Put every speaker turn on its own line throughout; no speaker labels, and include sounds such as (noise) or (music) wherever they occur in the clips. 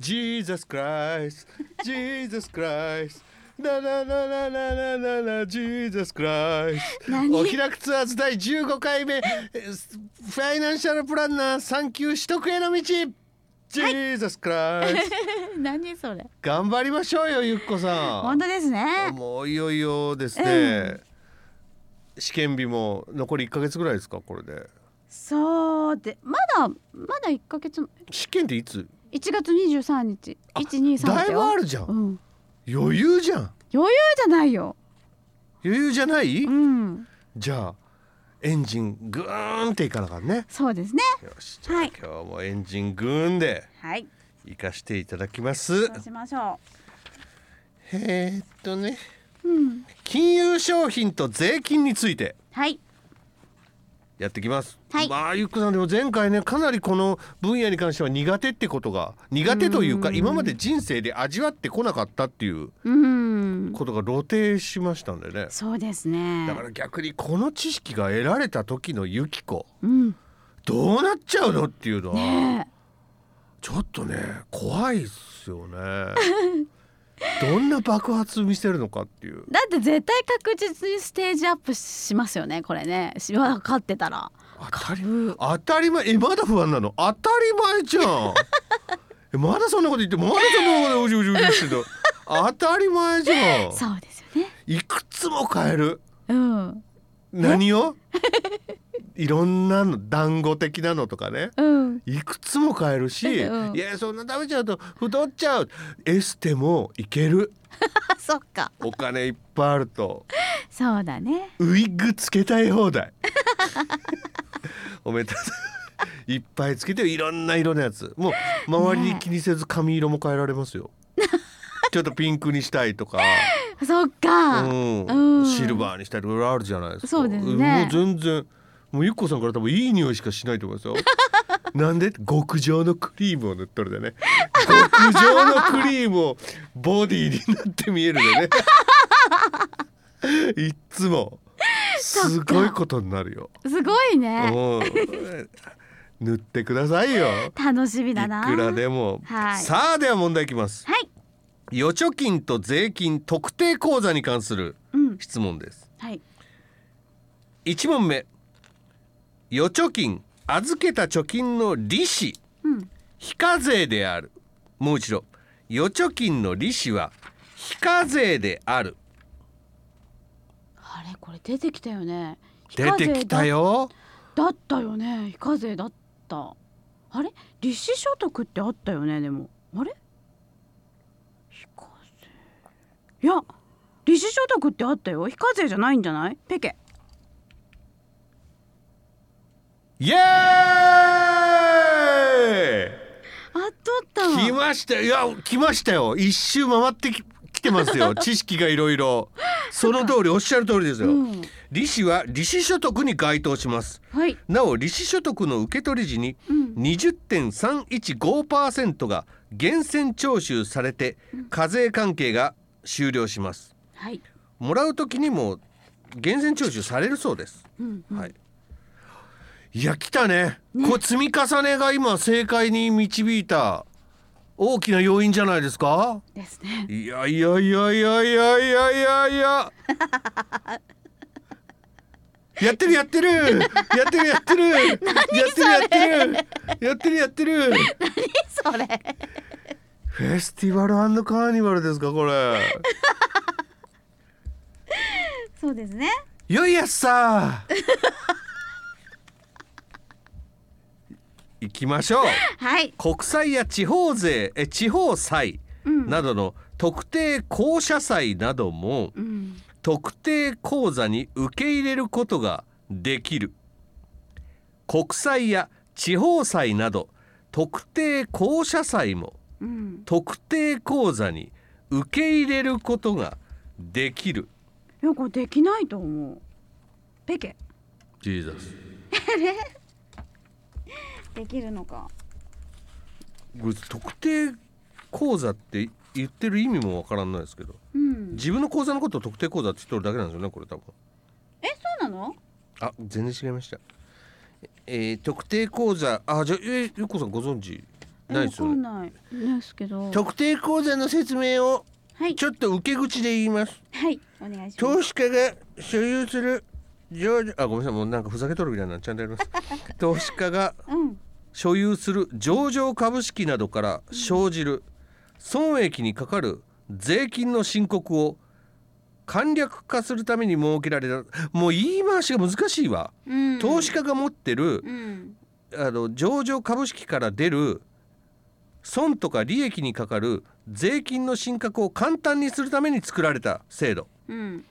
Jesus Christ Jesus Christ ララララララララ Jesus Christ お
何
気楽ツアーズ第15回目えーすファイナンシャルプランナー産休取得への道 Jesus Christ
(laughs) 何それ
頑張りましょうよゆっこさ
本
ん
当ですね
もういよいよですね、試験日も残り1ヶ月ぐらいですかこれで
そうでまだまだ一ヶ月も
試験っていつ
一月二十三日
あ
一二三
だいぶあるじゃ
うんん
余裕じゃん
余裕じゃないよ
余裕じゃない、
うん
じゃあエンジングーンっていかなあかんね
そうですね
よしじゃあ
はい
今日もエンジングーンで
はい
行かしていただきます
そうしましょ
えー、っとね
ううん
金融商品と税金について
はい
やってきます、
はい
まあゆっくさんでも前回ねかなりこの分野に関しては苦手ってことが苦手というか
うん
今まで人生で味わってこなかったっていう
うん
ことが露呈しましたんでね
そうですね
だから逆にこの知識が得られた時のゆき子
うん
どうなっちゃうのっていうのは、
ね
ちょっとね怖いっすよね (laughs) どんな爆発見せるのかっていう
えだって絶対確実にステージアップしますよねこれねし分かってたら
当たり当たり前えまだ不安なの当たり前じゃんえまだそんなこと言ってまだそんなことうじうじうじうじしてる当たり前じゃん
そうですよね
いくつも買える
うん
何を
(laughs)
いろんなの団子的なのとかね
うん
いくつも買えるし、
うん
いやそんな食べちゃうと太っちゃうエステもいける
あ (laughs) そっか
お金いっぱいあると
そうだね
ウィッグつけたい放題おめでとうございますいっぱいつけていろんな色のやつもう周りに気にせず髪色も変えられますよちょっとピンクにしたいとか、
そっ
う
か、
ん
うん
シルバーにしたいとかいろいろあるじゃないですか
そうですね
もう全然もうゆっこさんから多分いい匂いしかしないと思い
(laughs)
ますよなんで極上のクリームを塗っとるでね極上のクリームをボディになって見える
(laughs)
でねいっつもすごいことになるよ、
すごいね
うん塗ってくださいよ
楽しみ
い
だな
くらでも、
はい
さあでは問題いきます
はい
預貯金と税金特定口座に関する
うん
質問です
はい
1問目預貯金預けた貯金の利子
うん
非課税であるもう一度預貯金の利子は非課税である
あれこれ出てきたよね非
出
課税
てきたよ
だだったよね非課税だったあれ利子所得ってあったよねでもあれ非課税いや利子所得ってあったよ非課税じゃないんじゃないペケ
イエーイ
あっとったわ
来ましたいや来ましたよ一周回ってき来てます
(laughs)
よ知識がいろいろその通りおっしゃる通りですよ、
うん
利子は利子所得に該当します
はい
なお利子所得の受取時に
うん
20.315%が源泉徴収されて課税関係が終了します
はい
もらう時にも源泉徴収されるそうです、
うんうん
はいいや来たねこれ積み重ねが今正解に導いた大きな要因じゃないですか
ですね
いやいやいやいやいやいやいやいややってるやってるやってるやってるやってるやってるやってるやってる
それ
フェスティバルカーニバルですかこれ
そうですね
よいやっさ行きましょう
はい
国債や地方税え地方債
うん
などの特定公社債なども、
うん
特定口座に受け入れることができる国債や地方債など特定公社債も
うん
特定口座に受け入れることができる
いやこれできないと思うペケ
ジーザス
できるのか
これ特定口座って言ってる意味もわからんないですけど
うん
自分の口座のことを特定口座って言ってるだけなんですよねこれ多分
えそうなの
あ全然違いましたえー特定口座あじゃあえゆっこさんご存知ないです
か
よ
ん
ね
ないですけど
特定口座の説明を
はい
ちょっと受け口で言います
はいお願いします
投資家が所有する上場あごめんなさいもうなんかふざけとるみたいなちゃんとやります
(laughs)
投資家が
うん
所有する上場株式などから生じる損益にかかる税金の申告を簡略化するために設けられたもう言い回しが難しいわ、
うん
投資家が持ってる
うん
あの上場株式から出る損とか利益にかかる税金の申告を簡単にするために作られた制度
うん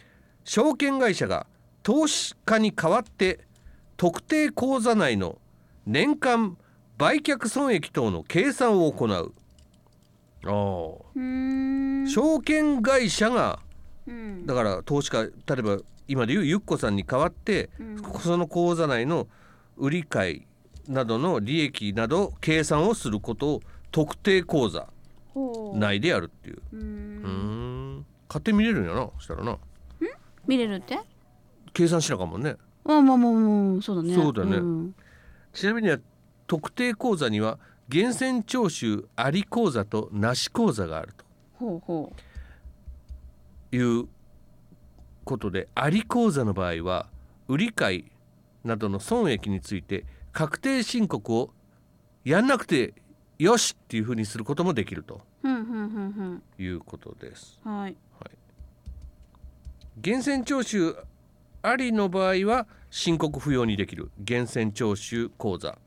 証券会社が投資家に代わって特定口座内の年間売却損益等の計算を行うあ
うー
あ
ん
証券会社が
うん
だから投資家例えば今でいうゆっこさんに代わって、
うん
その口座内の売り買いなどの利益など計算をすることを特定口座
ほう
内でやるっていう
うー
うんーん勝手に見れるんやなそしたらな
見れるって
計算しなあかんもんね
あまあまあまあそうだね
そうだね
ん
ちなみには特定口座には源泉徴収あり口座となし口座がある
ほうほ
ということであり口座の場合は売り買いなどの損益について確定申告をやんなくてよしっていうふうにすることもできると
うふんふんふんふん
いうことです。
はい
源泉徴収ありの場合は申告不要にできる源泉徴収口座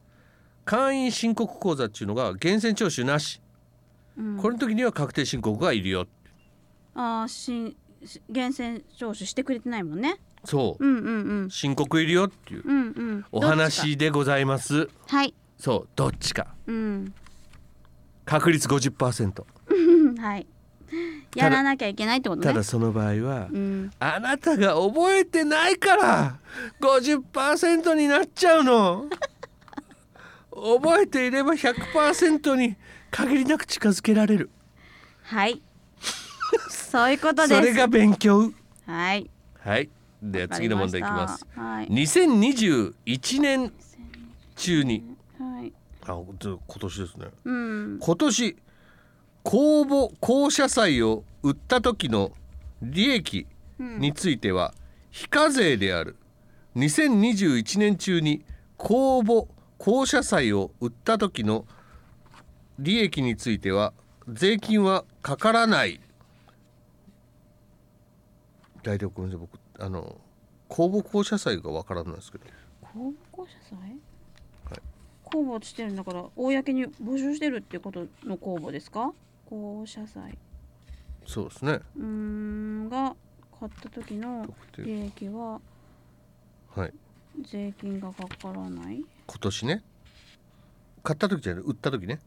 会員申告口座っていうのが源泉徴収なし
うん
これの時には確定申告がいるよ
あーしんし厳選聴取してくれてないもんね
そう、
うんうんうん
申告いるよっていう
うんうん
お
どっち
話でございます
かはい
そうどっちか
うん
確率50%
はい
ただ
やらなきゃいけないってことね
ただその場合は、
うん
あなたが覚えてないから50%になっちゃうの覚えていれば100%に限りなく近づけられる
はい。そういうことで
そ
す。
れが勉強
はい。
はいでは次の問題いきます
わかりまし
2021年中に
た。はい。はい。
あ今年ですね
うん。
今年公募公社債を売った時の利益
うん
については非課税である2021年中に公募公社債を売った時の利益については税金はかからない大体ごめんなさい僕あの公募公社債がわからないですけど
公募公社祭？公募してるんだから公に募集してるってことの公募ですか？公社祭
そうですね
うーんが買った時の
特定
利益は
はい
税金がかからない。
今年ね買った時じゃない売った時ね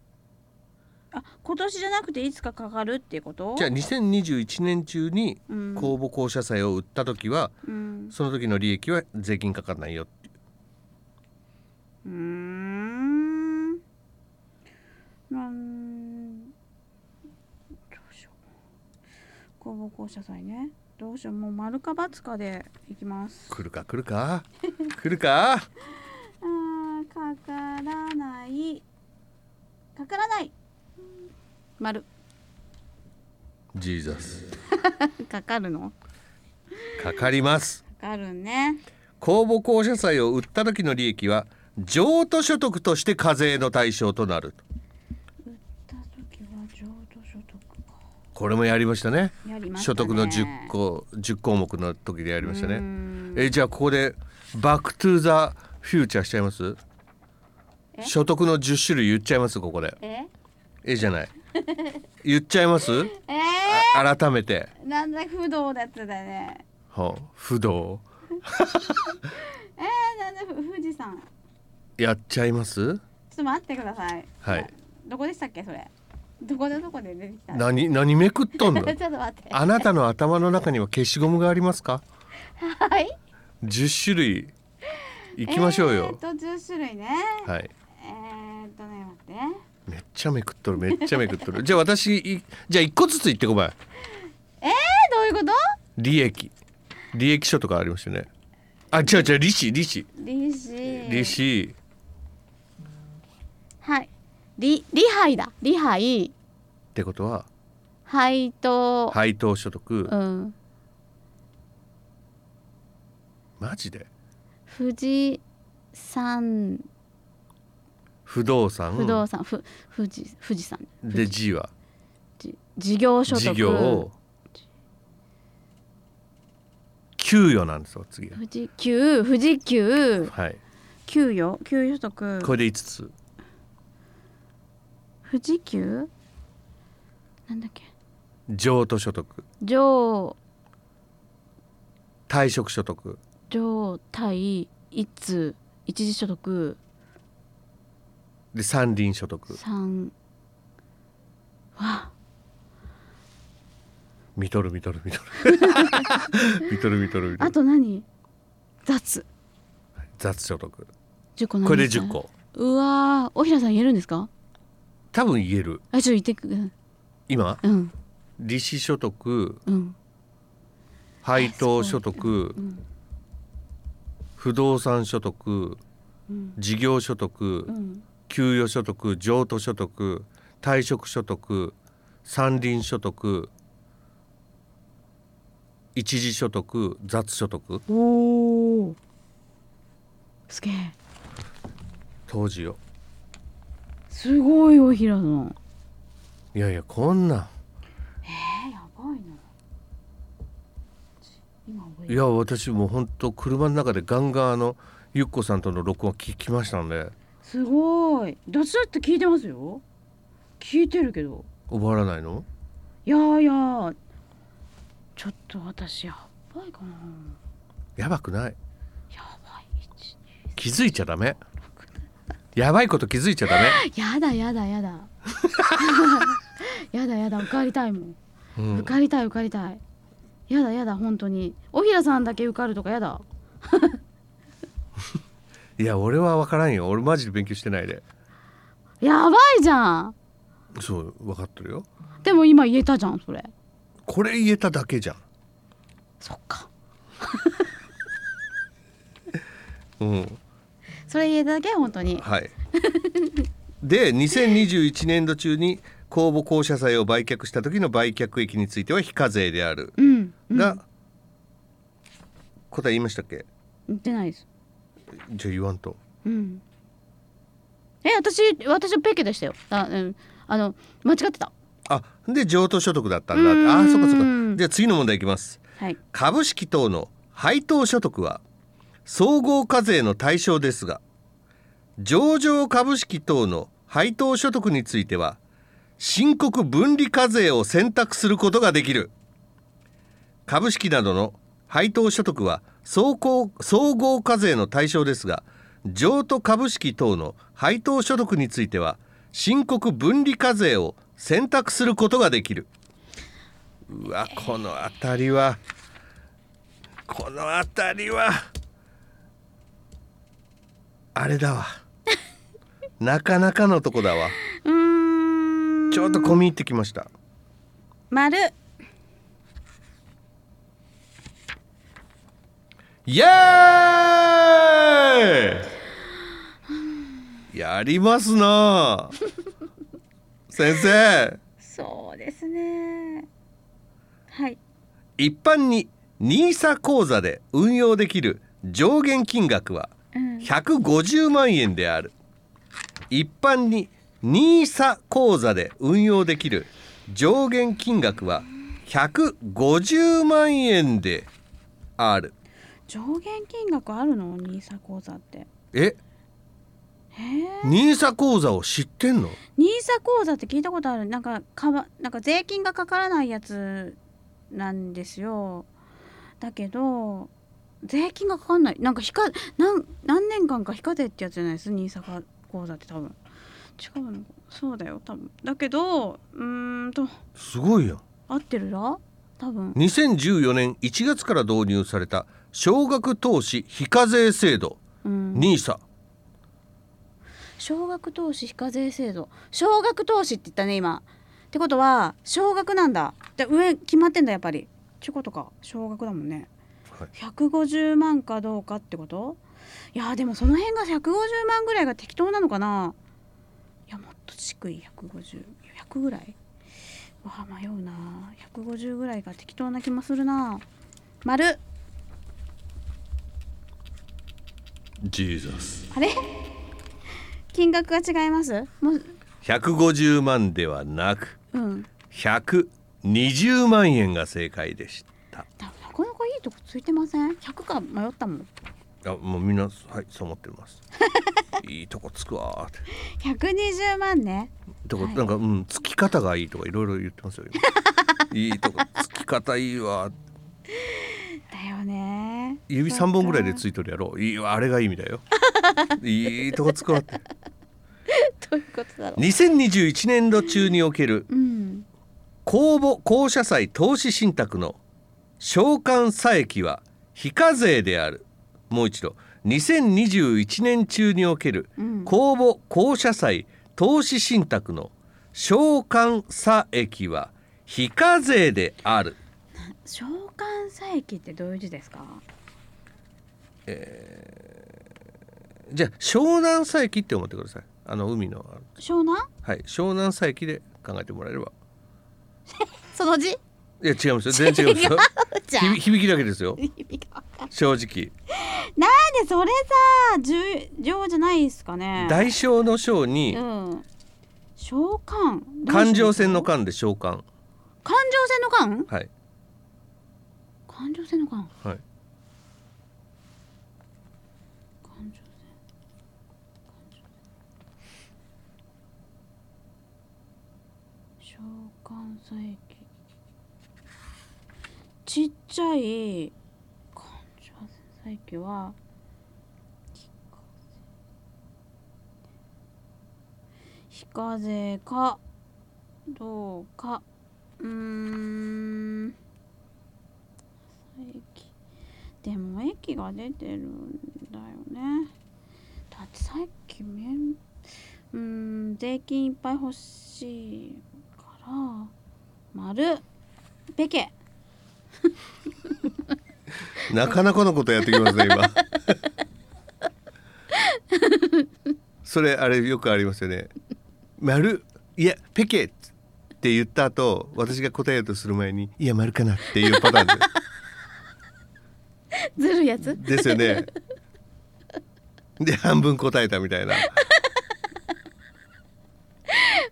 あ、今年じゃなくていつかかかるっていうこと？
じゃあ2021年中に
うん
公募公社債を売った時は、
うん。
その時の利益は税金かかんないよ
うーん。なん。どうしよう。公募公社祭ね。どうしよう。もう丸か×かでいきます。
来るか来る
(laughs)
か来るか
あーかからない。かからない。丸。
ジーザス
かかるの。
かかります
かかるね。
公募公社債を売った時の利益は譲渡所得として課税の対象となる
た時は浄土所得か。
これもやりましたね
やりました
所得
ね。
の10個10項目の時でやりました
うー
ね
ん。
えじゃあここでバックトゥザフューチャーしちゃいます
え
所得の10種類言っちゃいますここで
え？
えじゃない言っちゃいます
え
あ改めて
ー、なんだ不動だっただね。
はあ不動
えー、なんだふ富士山。
やっちゃいます
ちょっと待ってください。
はい。
どこでしたっけそれ？どこでどこで出てきた (laughs) の？
何何めくっとん
(laughs)
の
ちょっと待って。
あなたの頭の中には消しゴムがありますか
はい。
10種類いきましょうよ
え、ー、っと十種類ね。
はい
えー、っとね待って。
めっちゃめくっとるめっちゃめくっとるじゃあ私いじゃあ1個ずつ言ってごめん
えどういうこと？
利益利益書とかありましたねあ違う違う利子利子
利子。
利。子
はい。リリハイだリハイ
てことは
配当、
配当所得、
うん
マジで
富士山
不動産
不動産、ふ富士富士山
で G は
じ事業所得
事業給与なんですよ次は
富士急富士急
はい
給与給与所得
これで5つ
富士急なんだっけ
譲渡所得
上
退職所得
上体いつ一時所得
で山林所得
三
見とる見とる見と
(laughs)
る見とる見とる見と
あ
る
と何雑
雑所得
十個何
これで
した
10個
うわーおひらさん言えるんですか
多分言える
あちょっと言ってくうん
今
うん
利子所得
うん
配当所得
うん
不動産所得
うん
事業所得
うん
給与所得譲渡所得退職所得山林所得一時所得雑所得
おおすげえ
当時よ
すごいおひらさん
いやいやこんなん
えやばいな今覚え
いや私もうほんと車の中でガンガンあのゆっこさんとの録音聞きましたんです
ごい私だって聞いてますよ聞いてるけど
終わらないの
いやーいやーちょっと私やばいかな
やばくない
やばい一
気づいちゃダメやばいこと気づいちゃダメ
やだやだやだやだやだ受かりたいもん、
うん
受かりたい受かりたいやだやだ本当におひらさんだけ受かるとかやだ
いや俺は分からんよ俺マジで勉強してないで
やばいじゃん
そう分かってるよ
でも今言えたじゃんそれ
これ言えただけじゃん
そっか
うん
それ言えただけ本当に
はい (laughs) で2021年度中に公募公社債を売却した時の売却益については非課税である
うん、うん、
が、答え言いましたっけ
言ってないです
じゃあ言わんと
うんえ私私はペケでしたよあ,、うん、あの間違ってた
あで譲渡所得だったんだって
う
あ
ーん
そっかそっかじゃあ次の問題いきます
はい
株式等の配当所得は総合課税の対象ですが上場株式等の配当所得については申告分離課税を選択することができる株式などの配当所得は総合総合課税の対象ですが譲渡株式等の配当所得については申告分離課税を選択することができるうわこの辺りはこの辺りはあれ (laughs) だわなかなかのとこだわ
うーん
ちょっと込み入ってきました
丸
イエーイやりますなあ先生
そうですねはい
一般に NISA 口座で運用できる上限金額は
うん
150万円である一般に NISA 口座で運用できる上限金額は150万円である
上限金額あるのニーサ口座って
え
へえ
NISA 口座を知ってんの
ニーサ口座って聞いたことあるなんかかわなんか税金がかからないやつなんですよだけど税金がかかんないなんか非課なん何年間か非課税ってやつじゃないですニーサ口座って多分違うのかそうだよ多分だけどうーんと
すごいやん
合ってるら多分
2014年1月から導入された少額投資非課税制度
うん
NISA
少額投資非課税制度少額投資って言ったね今ってことは少額なんだで上決まってんだやっぱりちゅことか少額だもんね
はい
150万かどうかってこといやーでもその辺が150万ぐらいが適当なのかないやもっとちくい150100ぐらいわあ迷うな150ぐらいが適当な気もするな丸
ジーザス
あれ金額が違いますもう
150万ではなく
うん
120万円が正解でした
ななかなかいいとこついてません100か迷ったもん
あもうみんなはいそう思ってますいいとこつくわーって
120万ね
とこ、
はい
なんかうんつき方がいいとかいろいろ言ってますよ今いいとこつき方いいわー
だよね
指
そっ
三
か
本ぐらいでついとるやろいいわあれがいいみたいよいいとこつくわって
どういうことだろう
2021年度中における
うん
公募公社債投資信託の償還差益は非課税であるもう一度2021年中における
うん
公募公社債投資信託の償還差益は非課税である
召喚佐伯ってどういう字ですか
じゃあ湘南差益って思ってくださいあの海の
湘南
はい湘南差益で考えてもらえれば
その字
いや違いますよ全然違います
(laughs)
よ
じゃん
響響きだけですよ
意味が分かんない
正直
でそれさ重要じゃないですかね
大小の小に
うん召喚
環状線の
環
間で召喚
環状線の間
はい
環状線の間
はい
環状線環状線召喚佐伯ちっちゃい環状線佐伯は非課税かどうかうーん駅でも駅が出てるんだよねだってさっきめんうーん税金いっぱい欲しいから丸べけ
なかなかのことやってきますね今それあれよくありますよね丸いやペケって言った後私が答えようとする前にいや丸かなっていうパターン
ずるいやつ
でですよねで半分答えたみたいな
まあ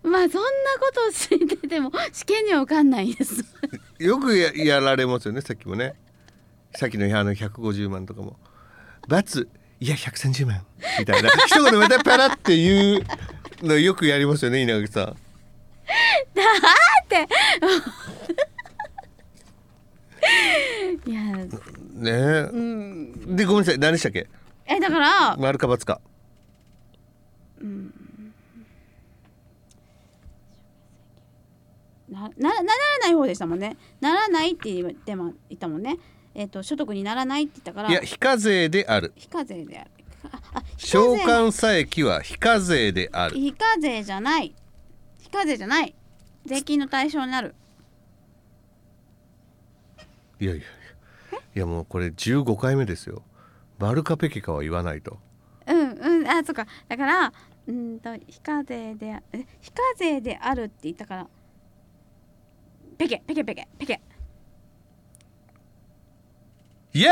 そんなことを知ってても試験には受かんないです
よくややられますよねさっきもねさっきのあの150万とかも「×いや130万」みたいな一言またパラっていうのよくやりますよね稲垣さん。
いや
ねえ、
うん
でごめんなさい何でしたっけ
えだから
丸か×か
ななならない方でしたもんねならないって言っても言ったもんねえっ、と所得にならないって言ったから
いや非課税である
非課税であるああ非課
償
税
還差益は非課税である
非課税じゃない非課税じゃない税金の対象になる
いやいやいやいやもうこれ15回目ですよ丸かペケかは言わないと
うんうんあそっかだからうんと非課税であえ非課税であるって言ったからペケペケペケペケ
イエ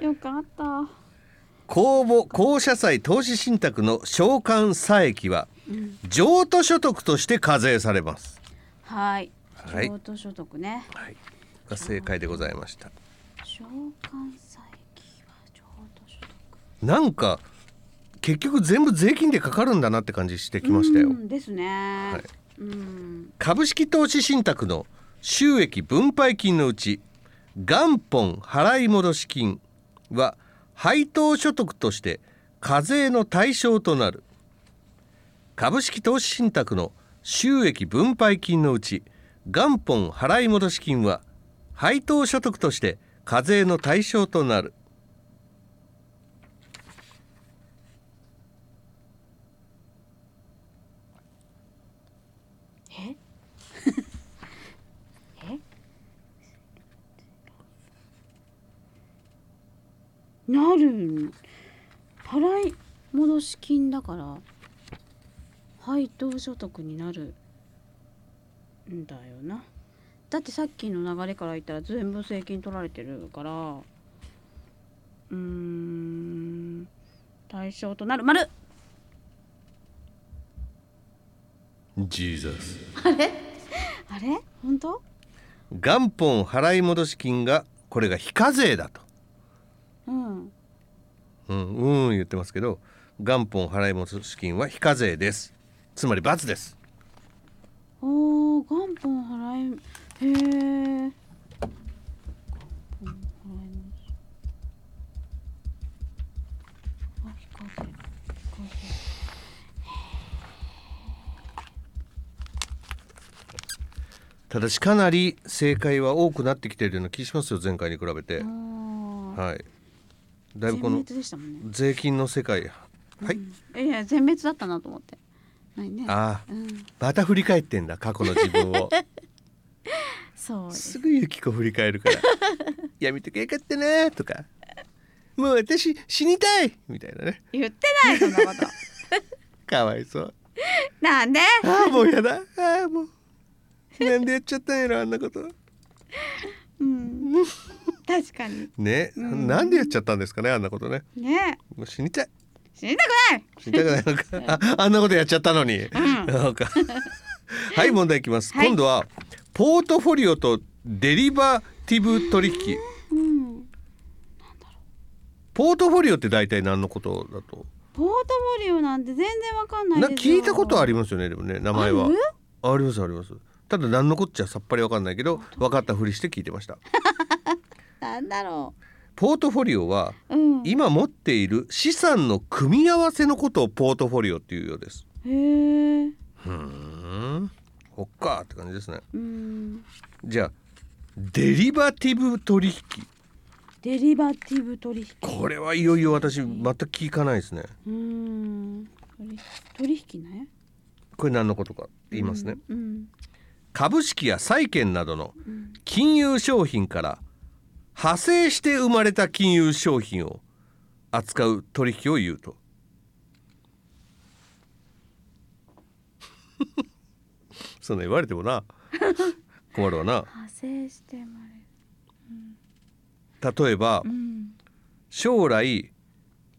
ーイ
よかった
公募公社債投資信託の償還差益は
うん
譲渡所得として課税されます
はい
はい
譲渡所得ね
はいが正解でございました
償還債金は譲渡所得
なんか結局全部税金でかかるんだなって感じしてきましたよ、
うんですね、
はい
うん
株式投資信託の収益分配金のうち元本払い戻し金は配当所得として課税の対象となる株式投資信託の収益分配金のうち元本払い戻し金は配当所得として課税の対象となる
ええなるん払い戻し金だから配当所得になるんだよなだってさっきの流れから言ったら全部税金取られてるからうーん対象となる丸
ジーザス
あれ本当
元本払い戻し金がこれが非課税だと
うん
うんうん言ってますけど元本払い戻し金は非課税ですつまり罰です
おー元本払いへえ元本払いのあ非課税非課税
ただしかなり正解は多くなってきているような気しますよ前回に比べて
ああ、
はいだい
全
ぶこの
滅でしたもんね。
税金の世界はい
いや全滅だったなと思って。ないね。
ああ
うん、
また振り返ってんだ過去の自分
(laughs)
を
そうです。
すぐゆき子振り返るから「やめときゃよかったな」とか「もう私死にたい」みたいなね
言ってないそんなこと。
かわいそう
(laughs) なんで？
ああもうやだああもうなんでやっちゃったんやろあんなこと
うん。 (laughs) 確かに
ね、
うん
なんでやっちゃったんですかねあんなことね
ね。
もう死にたい
死にたくない。
死にたくないの
(laughs)
か (laughs) ああんなことやっちゃったのに、なんかはい問題いきます、
はい
今度はポートフォリオとデリバティブ取引
うん。
ポートフォリオって大体何のことだと
ポートフォリオなんて全然わかんない
な
ですよ。
聞いたことあ
る。
りますよねでもね名前は
ある
ありますありますただ何のこっちゃさっぱりわかんないけど分かったふりして聞いてました
なんだろ
ポートフォリオは
う。うん。へ
今持っている資産の組み合わせのことをポートフォリオっていうようです
え。
ふーんほっかーって感じですね
うん。
じゃあデリバティブ取引
デリバティブ取引。
これはいよいよ私全く聞かないですね
うん。取取引ね。
これ何のことか言いますね、
うん。
株式や債券などの
うん。
金融商品から派生して生まれた金融商品を扱う取引を言うと (laughs) そんな言われてもな困るわな
派生して生まれる。
例えば
うん。
将来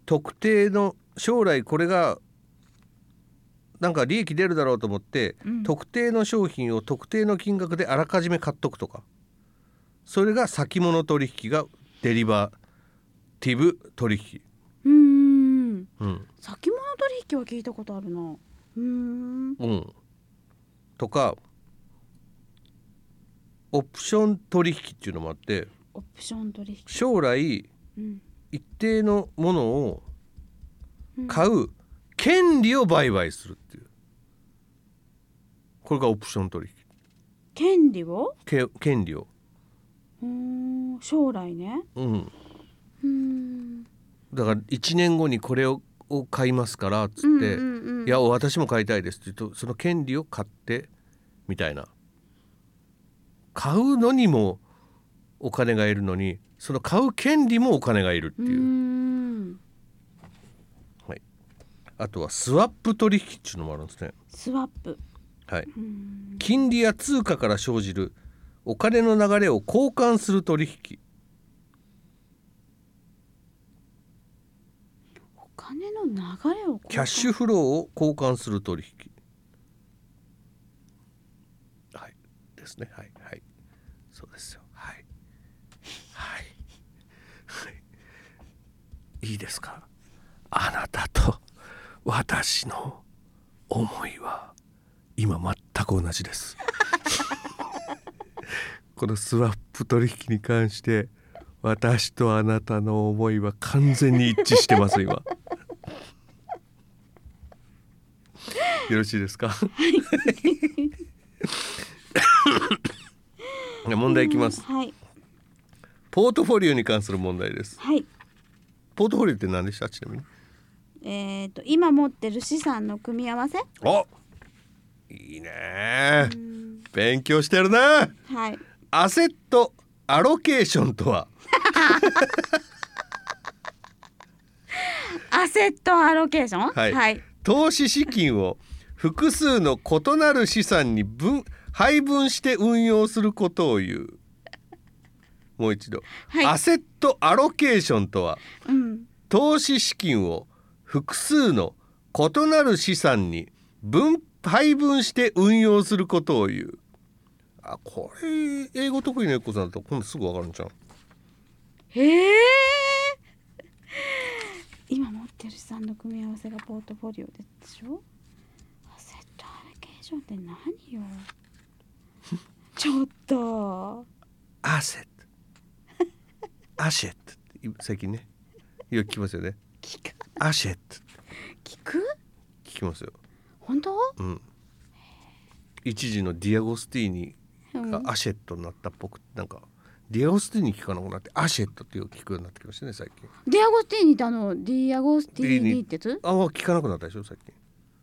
特定の将来これがなんか利益出るだろうと思って、
うん
特定の商品を特定の金額であらかじめ買っとくとかそれが先物取引がデリバティブ取引、
うーん
うん
先物取引は聞いたことあるなうーん
うん、とかオプション取引っていうのもあって
オプション取
将来
引
一定のものを
うん
買う権利を売買するっていうこれがオプション取引
権利を
け権利を、
うーん将来ね
うん、
うーん
だから1年後にこれをを買いますからっつって「
うんうんうん
いや私も買いたいです」って言うとその権利を買ってみたいな買うのにもお金がいるのにその買う権利もお金がいるって
うー
いう、
ん
あとはスワップ取引っていうのもあるんですね。
スワップ
はい、
うーん
金利や通貨から生じるお金の流れを交換する取引
お金の流れを
キャッシュフローを交換する取引はいですねはいはいそうですよはいはいはいいいですかあなたと私の思いは今全く同じです (laughs) このスワップ取引に関して私とあなたの思いは完全に一致してます今よろしいですか。じゃあ問題いきます。
はい
ポートフォリオに関する問題です。
はい
ポートフォリオって何でしたちなみに。
えっと今持ってる資産の組み合わせ
お、いいね
う。ん
勉強してるな。
はい
アセットアロケーションとは。
アセットアロケーション
はい
はい
投資資金を複数の異なる資産に分配分して運用することを言うもう一度、
はい
アセットアロケーションとは
うん
投資資金を複数の異なる資産に分配分して運用することを言うあこれ英語得意な子さんだと今度すぐ分かるんちゃう
へえ今持ってる資産の組み合わせがポートフォリオでしょアセットアロケーションって何 (laughs) よちょっと
アセ (laughs) ットアシェットって最近ねよく聞きますよね
聞く
アシェット
聞く
聞きますよ
本当、
うん一時のディアゴスティーニ
うん
がアシェットになったっぽくなんかディアゴスティーニ聞かなくなってアシェットってよく聞くようになってきましたね最近
ディアゴスティーニってあのディアゴスティーニってやつ
あ聞かなくなったでしょ最近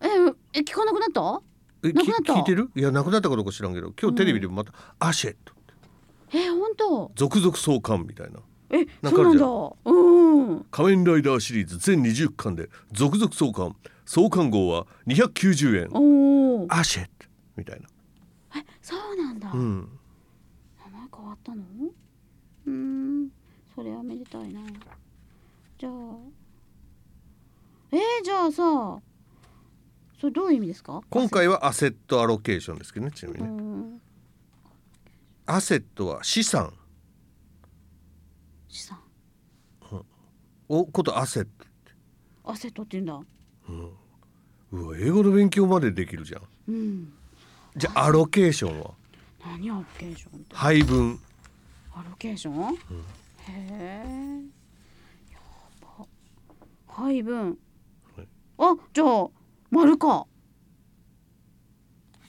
ええ聞かなくなった
え
な
き
くなった
聞いてるいやなくなったかどうか知らんけど今日テレビでもまた「アシェット」
え本当
続々創刊みたいな
え
なん
そ
かあ
うな
る
ん
じゃ
だ
ん
うん
「仮面ライダー」シリーズ全20巻で続々創刊創刊号は290円
おお
アシェットみたいな
えそうなんだ、
うん
名前変わったのうーんそれはめでたいなじゃあえー、じゃあさそれどういう意味ですか
今回はアセットアロケーションですけどねちなみ
う
にね
ん
アセットは資産
資産
をことアセット
アセットって言うんだ
うわ英語の勉強までできるじゃん
うん
じゃあアロケーションは
何アロケーションって
配分
アロケーション、へえやば配分、
はい
あじゃあ丸か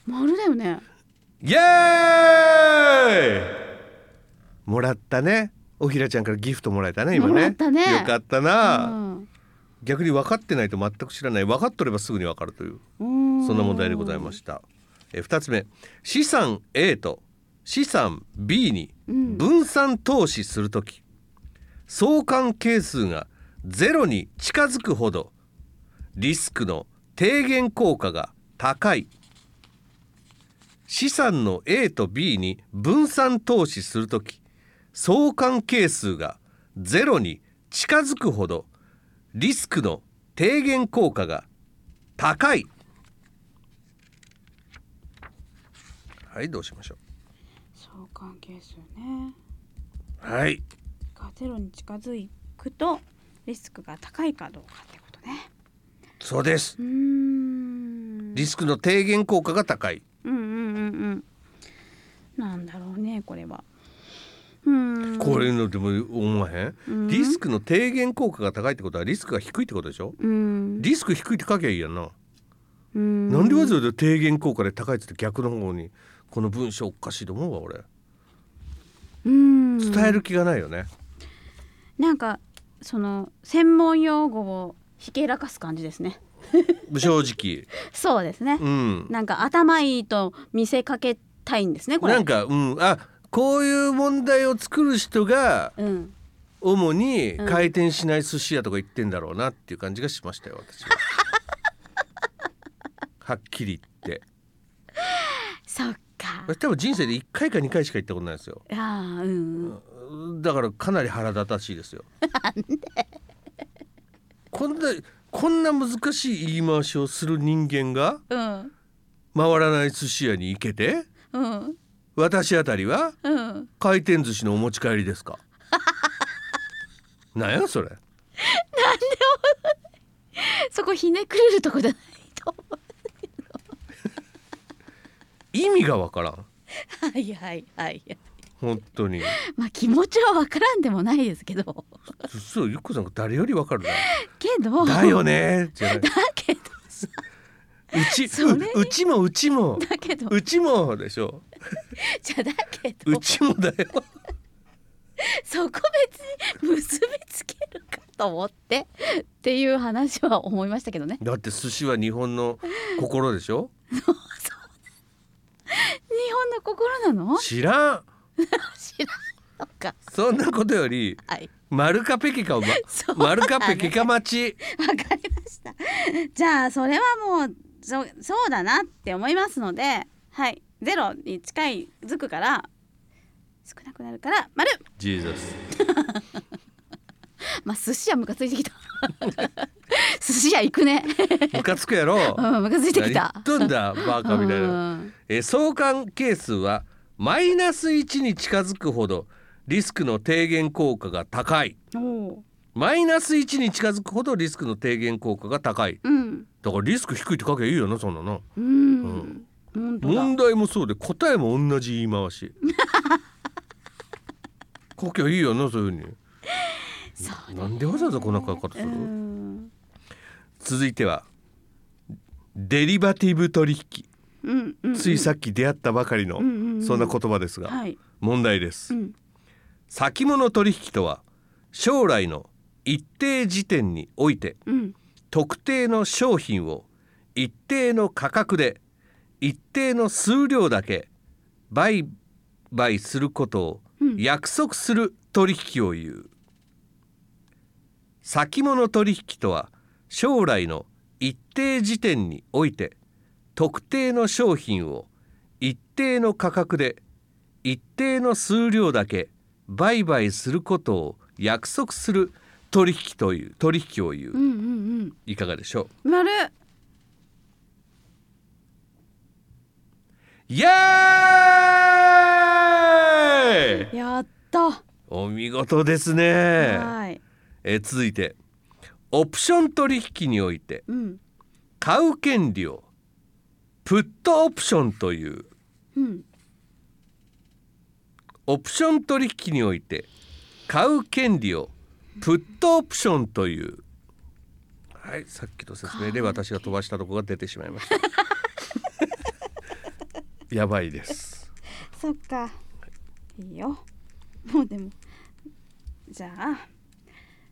丸だよね
イエーイもらったねおひらちゃんからギフトもらえたね今ね
もらったね
よかった
う
な、
ん
逆に分かってないと全く知らない分かっとればすぐに分かるというそ
そ
んな問題でございましたえ2つ目資産 A と資産 B に
うん
分散投資するとき、相関係数がゼロに近づくほどリスクの低減効果が高い資産の A と B に分散投資するとき相関係数がゼロに近づくほどリスクの低減効果が高いはいどうしましょ
相関係数ね
うはい
がゼロに近づくとリスクが高いかどうかってことね
そうです
うーん
リスクの低減効果が高い
うんうんうんうんなんだろうねこれはうーん
これのでも思わへ
うん
んリスクの低減効果が高いってことはリスクが低いってことでしょ
うん
リスク低いって書きゃいいやんな
うん
なんでわざわざ低減効果で高いっつって逆の方にこの文章おかしいと思うわ俺
うん
伝える気がないよね
なんかその専門用語をひけらかす感じですね
正
そうですね
直うん
なんか頭いいと見せかけたいんですねこれ
なんかうんあこういう問題を作る人が
うん
主に
うん
回転しない寿司屋とか行ってんだろうなっていう感じがしましたよ私は
(laughs)
はっきり言って
そっか
私多分人生で1回か2回しか行ったことないですよ
ああうんうん
だからかなり腹立たしいですよ。こんなこんな難しい言い回しをする人間が
うん
回らない寿司屋に行けて
うん
私あたりは
うん
回転寿司のお持ち帰りです
(laughs)
かなんやそれ
そこひねくれるとこじゃないと
意味がわからん
はいはいはい
本当に
まあ気持ちはわからんでもないですけど
そうゆっこさんが誰よりわかる
(laughs) けど
なだよねじゃ
(laughs)
ない
だけど
うち
それ
ううちもうちも
だけど
うちもでしょ
じゃだけ
う
ど
ちもだよ
そこ別に結びつけるかと思ってっていう話は思いましたけどね
だって寿司は日本の心でしょ
日本の心なの
知らん
知らんのか
そんなことより
はい
丸かペケかをま
そう
丸かペケか待ち
(laughs) わかりましたじゃあそれはもうそうそうだなって思いますのではいゼロに近いづくから少なくなるから丸
ジーザス
まあ寿司屋ムカついてきた (laughs) 寿司屋行くね
ムカつくやろ
うんムカついてきた
何言っとんだバカみたいな
うん
えー相関係数はマイナス1に近づくほどリスクの低減効果が高い
おう
マイナス1に近づくほどリスクの低減効果が高い
うん
だからリスク低いって書けばいいよなそんなの
うん本当だ
問題もそうで答えも同じ言い回し (laughs) 書けばいいよなそういうふうに
そう
なんでわざわざこんな書き方す
う
る
ん
続いてはデリバティブ取引
うんうん
ついさっき出会ったばかりの
うんうんうん
そんな言葉ですが
はい
問題です
うん
先物取引とは将来の一定時点において
うん
特定の商品を一定の価格で一定の数量だけ売買することを
うん
約束する取引を言う、先物取引とは将来の一定時点において特定の商品を一定の価格で一定の数量だけ売買することを約束する取引という取引を言う
うんうん
いかがでしょう
うん丸
イエーイ
やった
お見事ですね
はい
え続いてオプション取引において
うん
買う権利をプットオプションという
うん
オプション取引において買う権利をプットオプションというはいさっきの説明で私が飛ばしたとこが出てしまいました (laughs) やばいです
そっかいいよもうでもじゃあ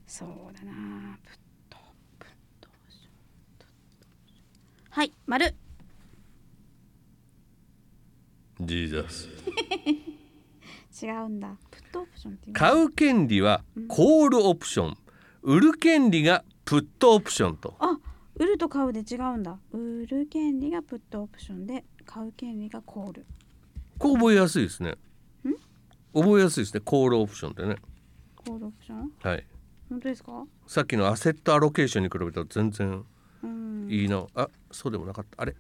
そうだなぶっとぶっとはい丸
ジーザス
違うんだプットオプションっていう
買う権利はコールオプション売る権利がプットオプションと
あ売ると買うで違うんだ売る権利がプットオプションで買う権利がコール
こう覚えやすいですね覚えやすいですねコールオプションってね
コールオプション
はい
本当ですか
さっきのアセットアロケーションに比べたら全然
うん
いいな、あそうでもなかったあれ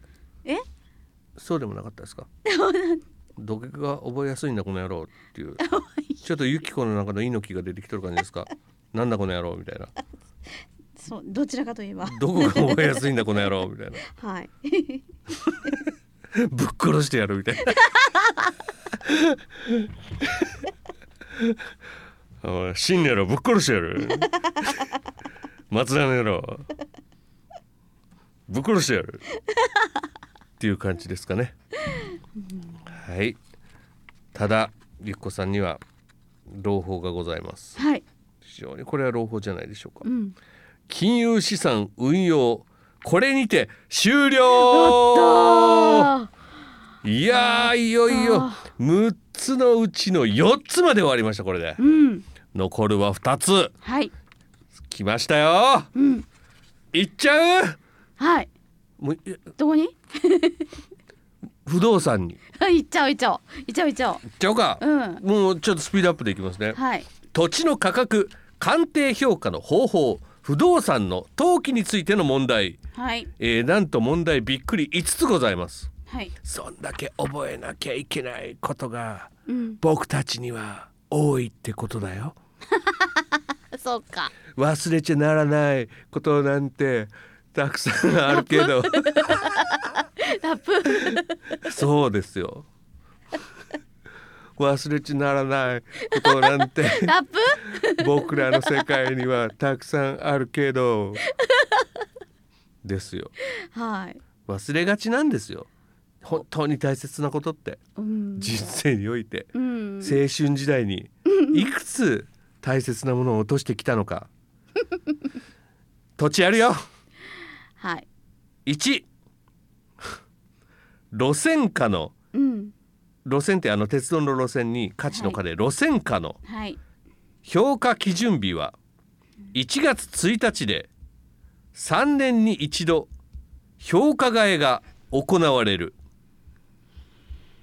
え (laughs)
そうでもなかったです (laughs) かどけが覚えやすいんだこの野郎っていうちょっとユキコの中の猪木が出てきとる感じですかなんだこの野郎みたいな
そうどちらかといえば
どこが覚えやすいんだこの野郎みたいな
はい
(laughs) ぶっ殺してやるみたいな。おい死んやろぶっ殺してやる。松田の野郎ぶっ殺してやる。っていう感じですかね。はい。ただゆっこさんには朗報がございます。
はい
非常にこれは朗報じゃないでしょうか。
うん
金融資産運用これにて終了。
あ
いやーいよいよ6つのうちの4つまで終わりましたこれで
ーうん
残るは2つ
はい
来ましたよ
うん
いっちゃう
はい
もうい
どこに
不動産にいっ
はい (laughs) 行っちゃおう行っちゃおう行っちゃおう行っちゃおう
ちゃおうか、
うん
もうちょっとスピードアップでいきますね
はい
土地の価格鑑定評価の方法不動産の登記についての問題、
はい
えーなんと問題びっくり5つございます
はい
そんだけ覚えなきゃいけないことが
うん
僕たちには多いってことだよ
そうか
忘れちゃならないことなんてたくさんあるけど
ラップ (laughs)
そうですよ忘れちゃならないことなんて
ラップ
僕らの世界にはたくさんあるけどですよ
はい
忘れがちなんですよ本当に大切なことって
うん
人生において
うん
青春時代にいくつ大切なものを落としてきたのか土地あるよ
はい
1 (laughs) 路線価の
うん
路線ってあの鉄道の路線に価値の価で、路線価の
はい
評価基準日は1月1日で3年に一度評価替えが行われる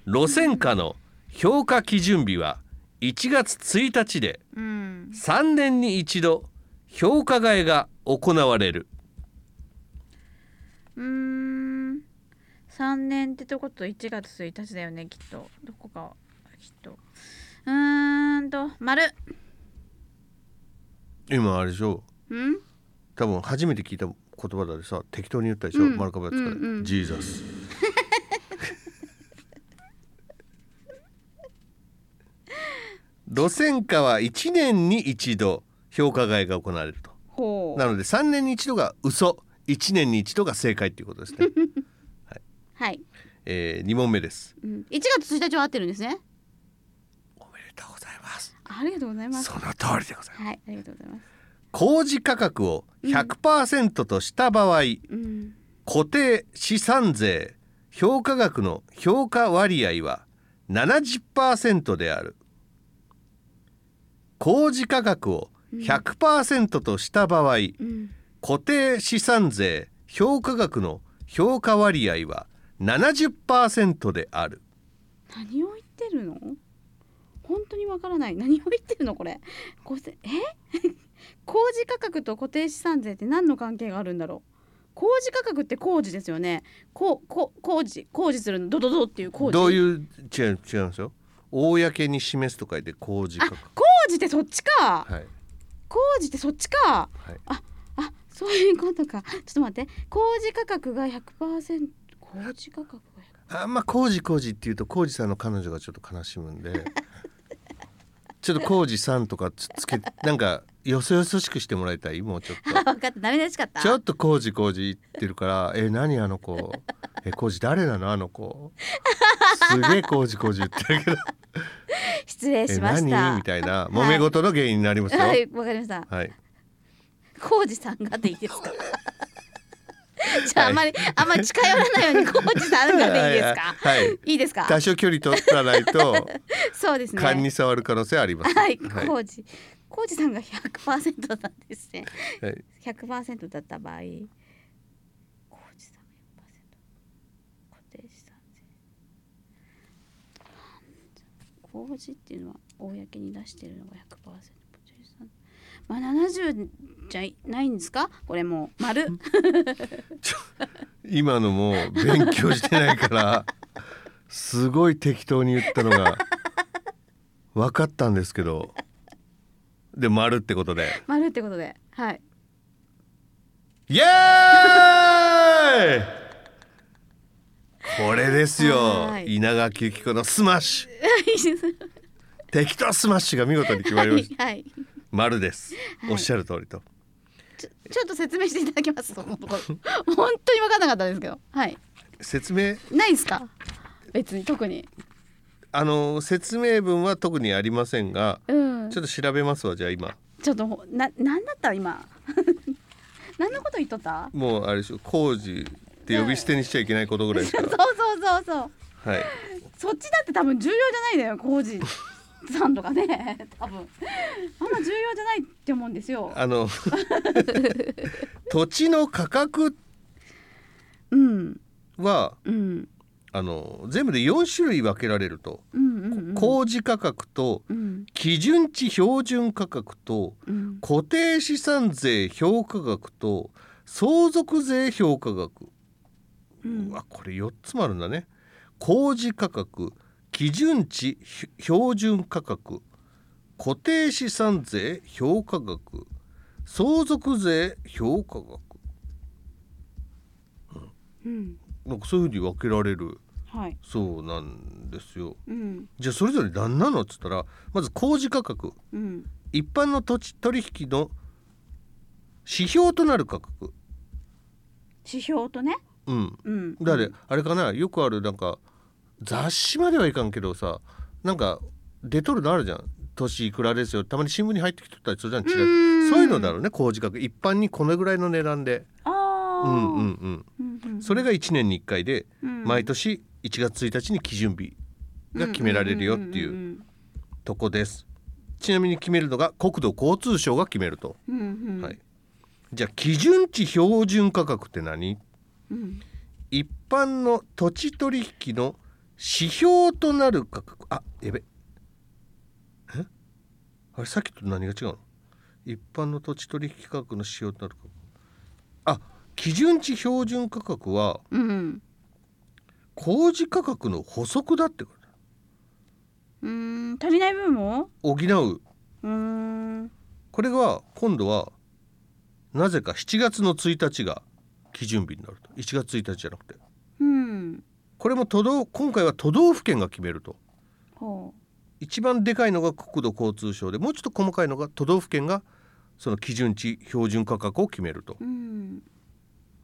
路線価の評価基準日は1月1日で
うん
3年に一度評価替えが行われる
うーん3年ってとこと1月1日だよねきっとどこかきっとうーんと丸
今あれでしょ
うん
多分初めて聞いた言葉だでさ適当に言ったでしょ、
うん
マルカバ使って、
うんうん
ジーザ (laughs) ス路線価は1年に一度評価外が行われると
ほう
なので3年に一度が嘘1年に一度が正解ということです (laughs) ね、
はい、
えー、2問目です
うん、1月1日は合ってるんですね
おめでとうございます
ありがとうございます
その通りでございます
はいありがとうございます
工事価格を100%とした場合、
うん
固定資産税評価額の評価割合は70%である工事価格を100%とした場合、
うん
固定資産税評価額の評価割合は70%である
何を言ってるの本当にわからない何を言ってるのこれこうせえ (laughs) 工事価格と固定資産税って何の関係があるんだろう工事価格って工事ですよねこうこう工事工事するのドドドっていう工事
どういうう違う違うんですよ公に示すと書いて工事
あ
価格
工事ってそっちか
はい
工事ってそっちか
はい
あそういうことかちょっと待って工事価格が100%工事価格が
あんま工事工事っていうと工事さんの彼女がちょっと悲しむんでちょっと工事さんとかつつけなんかよそよそしくしてもらいたいもうちょっ
100%あ分
(laughs)
かったダメ出しかった
とちょっと工事工事言ってるからえ何あの子え工事誰なのあの子すげえ工事工事言って
(laughs)
るけど
失礼
え
しました
何みたいな揉め事の原因になりますよ
は
はい、
いわかりました浩二さんがでいいですか。 (laughs) じゃ
は
あ、
い
あまり、あんまり近寄らないように浩二さんがでいいですか。
はいはい
いいですか
多。少距離取らないと
そう (laughs) ですね。
勘に触る可能性あります
はい、浩二、浩二さんが100%なんですね。
はい
100%だった場合、浩二さんが100%固定資産税。なんだ浩二っていうのは公に出してるのが100%固定資産。まあ70じゃないんですか？これもう丸。
今のもう勉強してないからすごい適当に言ったのが分かったんですけどで丸ってことで
丸ってことで、はい。
イエーイこれですよ
はい
稲垣由紀子のスマッシュ適当スマッシュが見事に決ま
は
りまし
い
た、
はい。
丸です
はい
おっしゃる通りと
ちょちょっと説明していただけます。そのところ本当に分かんなかったですけど、はい。
説明
ないですか？別に特に。
あの説明文は特にありませんが
うん。
ち
ち
ょっと調べますわじゃあ今
ょっとほななんだった今。 (laughs) 何のこと言っとった？
もうあれでしょ工事って呼び捨てにしちゃいけないことぐらいし
そう
か
そうそうそう。
はい。
そっちだって多分重要じゃないんだよ、工事さんとかね。多分あんま重要じゃないって思うんですよ。
あ
(laughs)
の土地の価格
うん
は
うん
あの全部で4種類分けられると、
うんうんうん。
工事価格と
うん
基準値標準価格と
うん。
固定資産税評価額と相続税評価額、う
う
んわこれ4つもあるんだね工事価格基準値ひ標準価格固定資産税評価額相続税評価額
うん。
なんかそういうふうに分けられる
はい。
そうなんですよ。
うん
じゃあそれぞれ何なのっつったらまず工事価格
うん
一般の土地取引の指標となる価格。
指標とね。
うん、
うん。
だってあれかなよくあるなんか雑誌まではいかんけどさなんか出とるのあるじゃん年いくらですよたまに新聞に入ってきとったりするじゃん
う
違うそういうのだろうね工事価格一般にこのぐらいの値段で
あ
うん
あ。
うんうん
うんうん。
それが1年に1回で
うん
毎年1月1日に基準日が決められるよっていうとこですちなみに決めるのが国土交通省が決めると、
うんうんうんうんうん。
はいじゃあ基準値標準価格って何
うん、
一般の土地取引の指標となる価格あやべえあれさっきと何が違うの一般の土地取引価格の指標となる価格あ基準値標準価格は
うん、
工事価格の補足だってこと
うーん足りない分も
補う
うーん
これが今度はなぜか7月の1日が基準日になると1月1日じゃなくて
うん
これも都道今回は都道府県が決めると
ほう
一番でかいのが国土交通省でもうちょっと細かいのが都道府県がその基準値標準価格を決めると
うん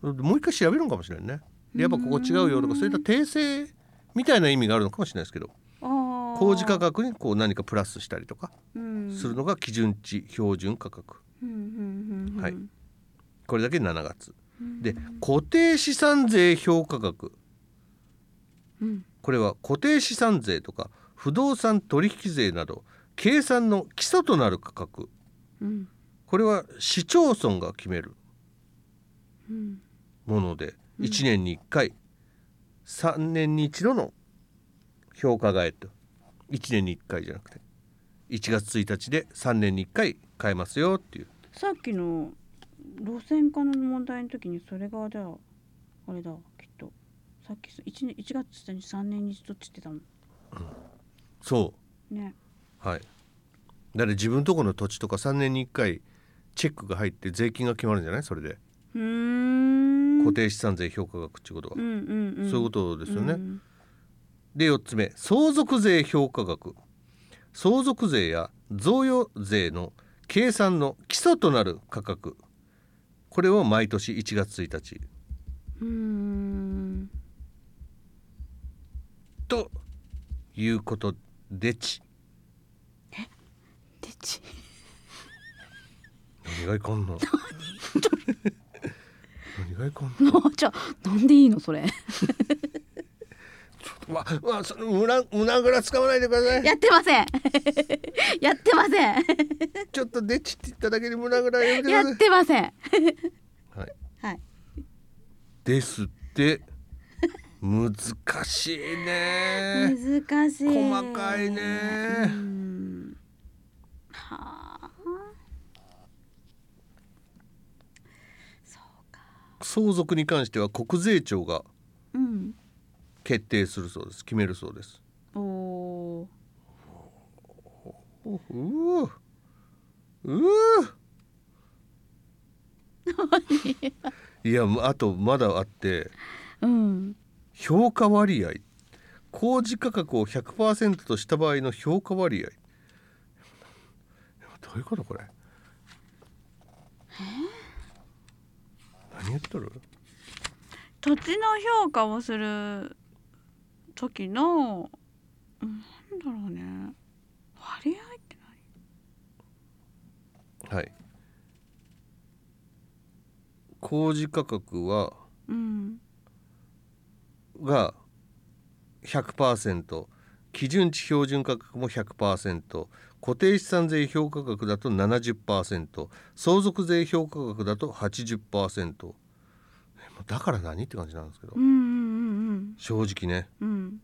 もう一回調べるのかもしれないねでやっぱここ違うよとかそういった訂正みたいな意味があるのかもしれないですけど
あー
工事価格にこう何かプラスしたりとか
うん
するのが基準値標準価格
うんうんうんうん
はいこれだけ7月
うん
で固定資産税評価額
うん
これは固定資産税とか不動産取引税など計算の基礎となる価格
うん
これは市町村が決める
うん
もので
うん
1年に1回、3年に1度の評価替えと1年に1回じゃなくて1月1日で3年に1回変えますよっていう
さっきの路線化の問題の時にそれがじゃああれだきっとさっきそ一年一月1日3年に一度って言ってたもん
そ
ね
うはいだから自分とこの土地とか3年に1回チェックが入って税金が決まるんじゃないそれで
うーん
固定資産税評価額っていうことは、
うんうんうん
そういうことですよね、
うん
で4つ目相続税評価額相続税や贈与税の計算の基礎となる価格これを毎年1月1日
うーん
ということでち
でち
何がいかんの (laughs) 何がいかん
なあじゃあなんでいいのそれ
のわわその胸胸ぐらつかまないでください
(laughs) やってません (laughs) やってません
(laughs) ちょっとでちって言っただけで胸ぐらやめてく
や
ださ
っ
い
てません
はい
はい
ですって難しいね
難しい
細かいね
うんはあそうか
相続に関しては国税庁が
うん
決定するそうです決めるそうです
おお
ううういやもうあとまだあって
うん
評価割合工事価格を100%とした場合の評価割合どういうことこれ何言っとる
土地の評価をする時のうんなんだろうね割合って
はい工事価格は
何うん
が100%基準値標準価格も100%固定資産税評価額だと70%相続税評価額だと80%えもうだから何って感じなんですけど
うんうん
正直ね
うんうん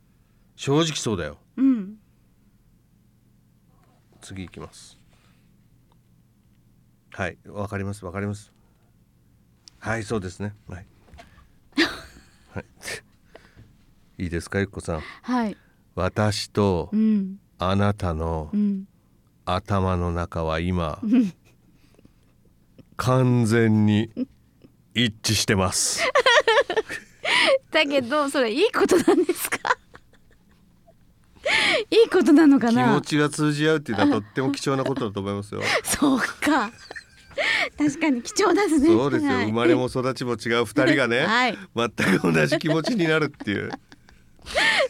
正直そうだよ
うんうん
次行きますはいわかりますわかりますはいそうですねはい、 (laughs) はい、いいですかゆっこさん
はい
私と
うん
あなたの、
うん
頭の中は今完全に一致してます
だけどそれいいことなんですか (laughs) いいことなのか
気持
な
ちが通じ合うっていうのはとっても貴重なことだと思います
(laughs)
よ
そうか確かに貴重ですね
そうですよ
はい
生まれも育ちも違う二人がね、
(laughs) はい
全く同じ気持ちになるっていう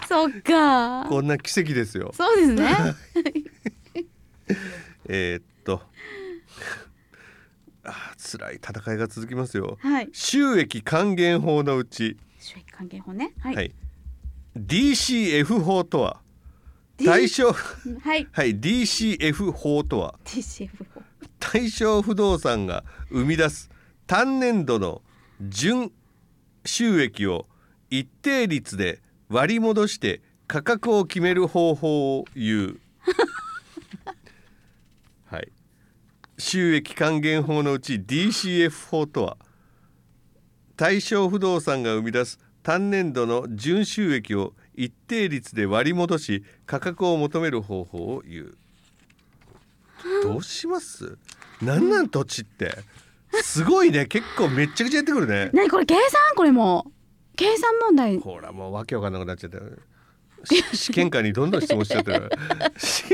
そうか
こんな奇跡ですよ
そうですね
(laughs) えーっと (laughs) あー辛い戦いが続きますよ
はい
収益還元法のうち、
収益関係法ねはい、
はい DCF 法とは対象
はい
はい DCF 法とは
TCF 法
対象不動産が生み出す単年度の純収益を一定率で割り戻して価格を決める方法を言うはい収益還元法のうち DCF 法とは対象不動産が生み出す単年度の純収益を一定率で割り戻し価格を求める方法を言うどうしますなんなん土地ってすごいね結構めっちゃくちゃやってくるね
何これ計算これもう計算問題
ほらもうわけわかんなくなっちゃったよし試験官にどんどん質問しちゃってるし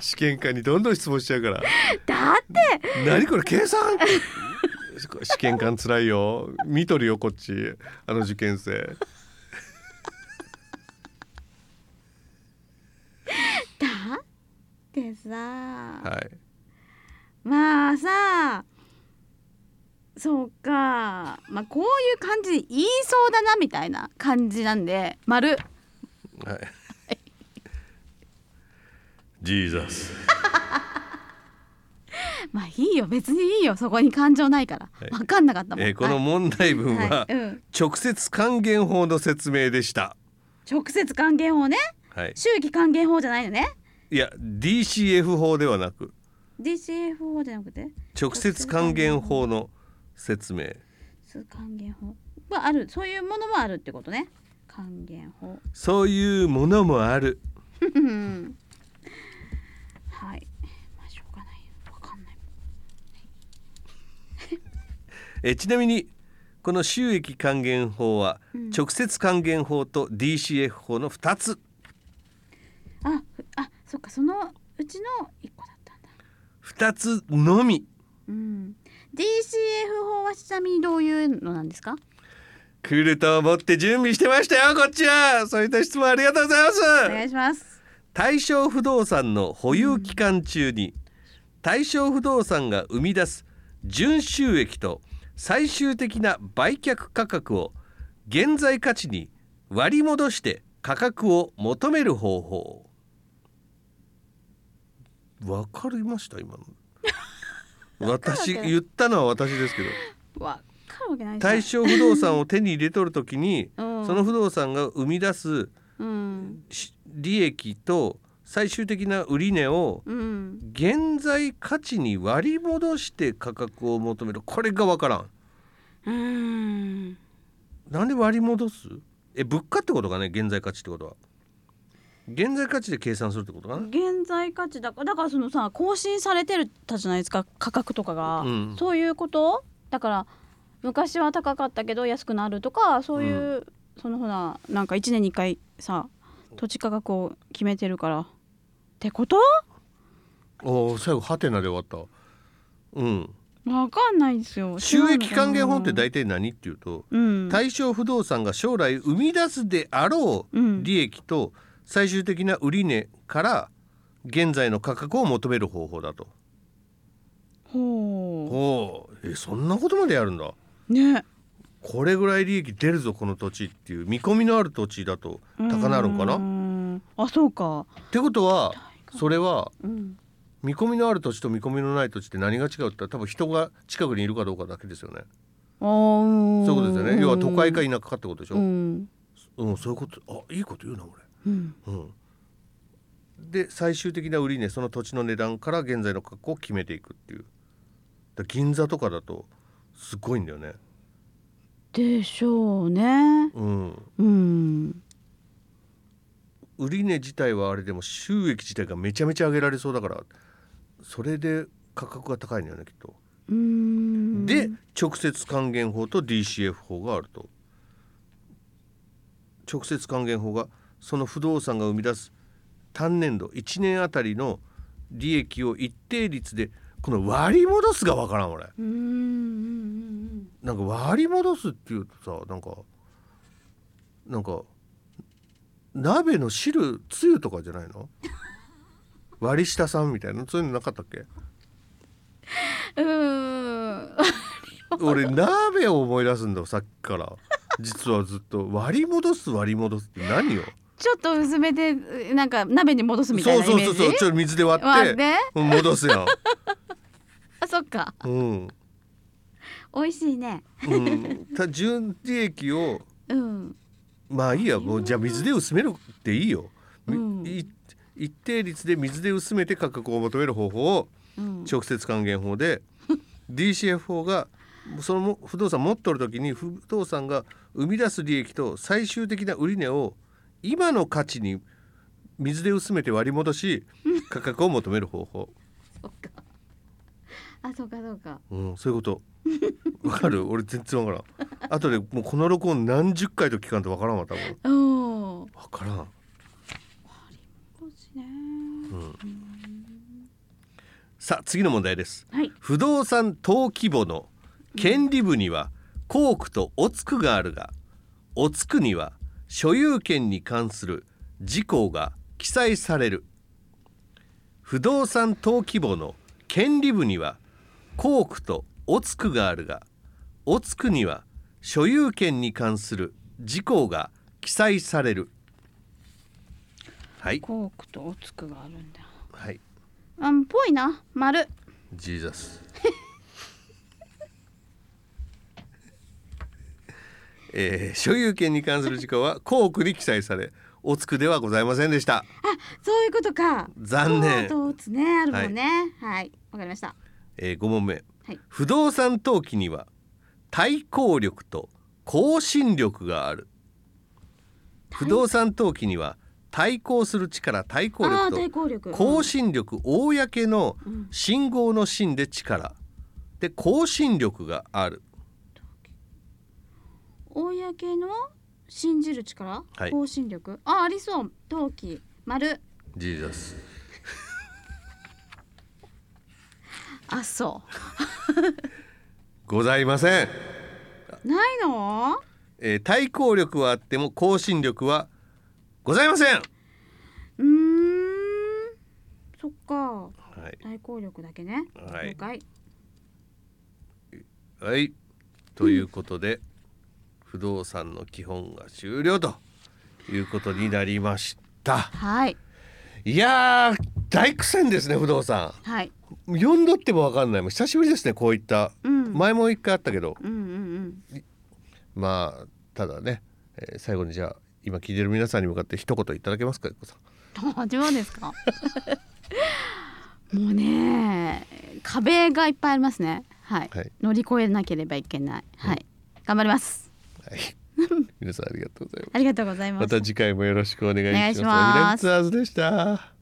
試験官にどんどん質問しちゃうから
だって
何これ計算試験官つらいよ見とるよこっちあの受験生
でさ
はい
まあさそうかまあこういう感じで言いそうだなみたいな感じなんで丸
はい。ジーザス。
まあいいよ別にいいよそこに感情ないから、
はい
分かんなかったもん、
えーこの
はい
問題文は
はいうん
直接還元法の説明でした。
直接還元法ね
はい。
周期還元法じゃないのね
いや、DCF 法ではなく
DCF 法じゃなくて
直接還元法の説明。
そう還元法はあるそういうものもあるってことね還元法
そういうものもある。
うんはいまあしょうがないわかんない
えーちなみにこの収益還元法は
うん
直接還元法と DCF 法の2つ。
あふあそっかそのうちの一個だったん
2
だ
つのみ。
うん DCF 法はちなみにどういうのなんですか
来ると思って準備してましたよこっちはそういった質問ありがとうございます
お願いします
対象不動産の保有期間中に対象不動産が生み出す純収益と最終的な売却価格を現在価値に割り戻して価格を求める方法わかりました
(laughs)
今の私言ったのは私ですけど
わかるわけないじゃん
対象不動産を手に入れとるときに
うん
その不動産が生み出す
うん
し利益と最終的な売値を
うん
現在価値に割り戻して価格を求めるこれが分からん
うん
なんで割り戻すえ物価ってことかね現在価値ってことは現在価値で計算するってことかな
現在価値だからだからそのさ更新されてるたじゃないですか価格とかが、
うん
そういうことだから昔は高かったけど安くなるとかそういう、そのほらなんか1年に1回さ土地価格を決めてるからってこと
おー最後ハテナで終わったうん
わかんないですよ
収益還元法って
大
大体何っていうと
うん
対象不動産が将来生み出すであろう
うん
利益と最終的な売値から現在の価格を求める方法だと。
ほ
おお、えそんなことまでやるんだ。
うね
これぐらい利益出るぞこの土地っていう見込みのある土地だと高なるんかな。
う
っ
んあそうか
てことはそれは
うん
見込みのある土地と見込みのない土地って何が違うって言ったら多分人が近くにいるかどうかだけですよね。
あー
そういうことですよね。要は都会か田舎かってことでしょ。
う
うん、
ん
そういうこと。あいいこと言うな俺。
うん
うん、で最終的な売り値その土地の値段から現在の価格を決めていくっていうだ銀座とかだとすごいんだよね
でしょうね
うん
うん
売り値自体はあれでも収益自体がめちゃめちゃ上げられそうだからそれで価格が高いんだよねきっと、
うーん
で直接還元法と DCF 法があると直接還元法がその不動産が生み出す単年度1年あたりの利益を一定率でこの割り戻すがわからん俺
うーんうんうん
なんか割り戻すっていうとさなんかなんか鍋の汁つゆとかじゃない
(laughs)
の割り下さんみたいなそういうのなかったっけ
うんうーん
俺鍋を思い出すんだよさっきから実はずっと割り戻す割り戻すって何よ
ちょっと薄めてなんか鍋に戻すみたい
そう
なイ
そうそ
メー
う
ジ
そうちょっと水で割って
割って
うん戻すやん
あそっか
うん
美味しいね
うん、た純利益を
うん
まあいいやもうじゃあ水で薄めるっていいよ、み
うん
い一定率で水で薄めて価格を求める方法を
うん
直接還元法
(laughs)
で DCF 法がその不動産持っとる時に不動産が生み出す利益と最終的な売値を今の価値に水で薄めて割り戻
(laughs)
し価格を求める方法、
そっかあそうかそうか
うん、そういうことわか
(laughs)
る俺全然わからん後でもうこの録音何十回と聞かんとわからんわ多分
うん
わからん
そうですね
さあ次の問題です
はい
不動産登記簿の権利部には校区とおつくがあるがおつくには所有権に関する事項が記載される不動産登記簿の権利部には校区とおつくがあるがおつくには所有権に関する事項が記載されるはい
コークとおつくがあるんだ
はい
あんぽいな丸
ジーザス。 (laughs) えー、所有権に関する事項は校区に記載され、おつくではございませんでした。
そういうことか
残念
コーとおつねあるもんねはいわかりました
えー、5問目、
はい
不動産登記には対抗力と更新力がある。不動産登記には対抗する力、対抗
ああー
力
抵
と
抗力
更新力、公の
うん
信号の信で力で更新力がある。
公の信じる力、
はい
更新力あありそう陶器丸
ジーザス。
あそ
ございません、
うないの
えー対抗力はあっても更新力はございません、は
うーんそっか
い、
対抗力だけね
はい
了解
はいということで、不動産の基本が終了ということになりました
はい
いやー大苦戦ですね不動産
はい
読んどってもわかんないもう久しぶりですねこういった
うん
前も一回あったけど
うんうん
まあただね、えー最後にじゃあ今聞いてる皆さんに向かって一言いただけますかゆっこさん
うんあ自分ですか (laughs) もうね壁がいっぱいありますねはい、
はい
乗り越えなければいけないはい、頑張ります (laughs)
はい皆さんありがとうございます
ありがとうございます
また次回もよろしくお願いします。
お願いします
ミラクツアーズでした。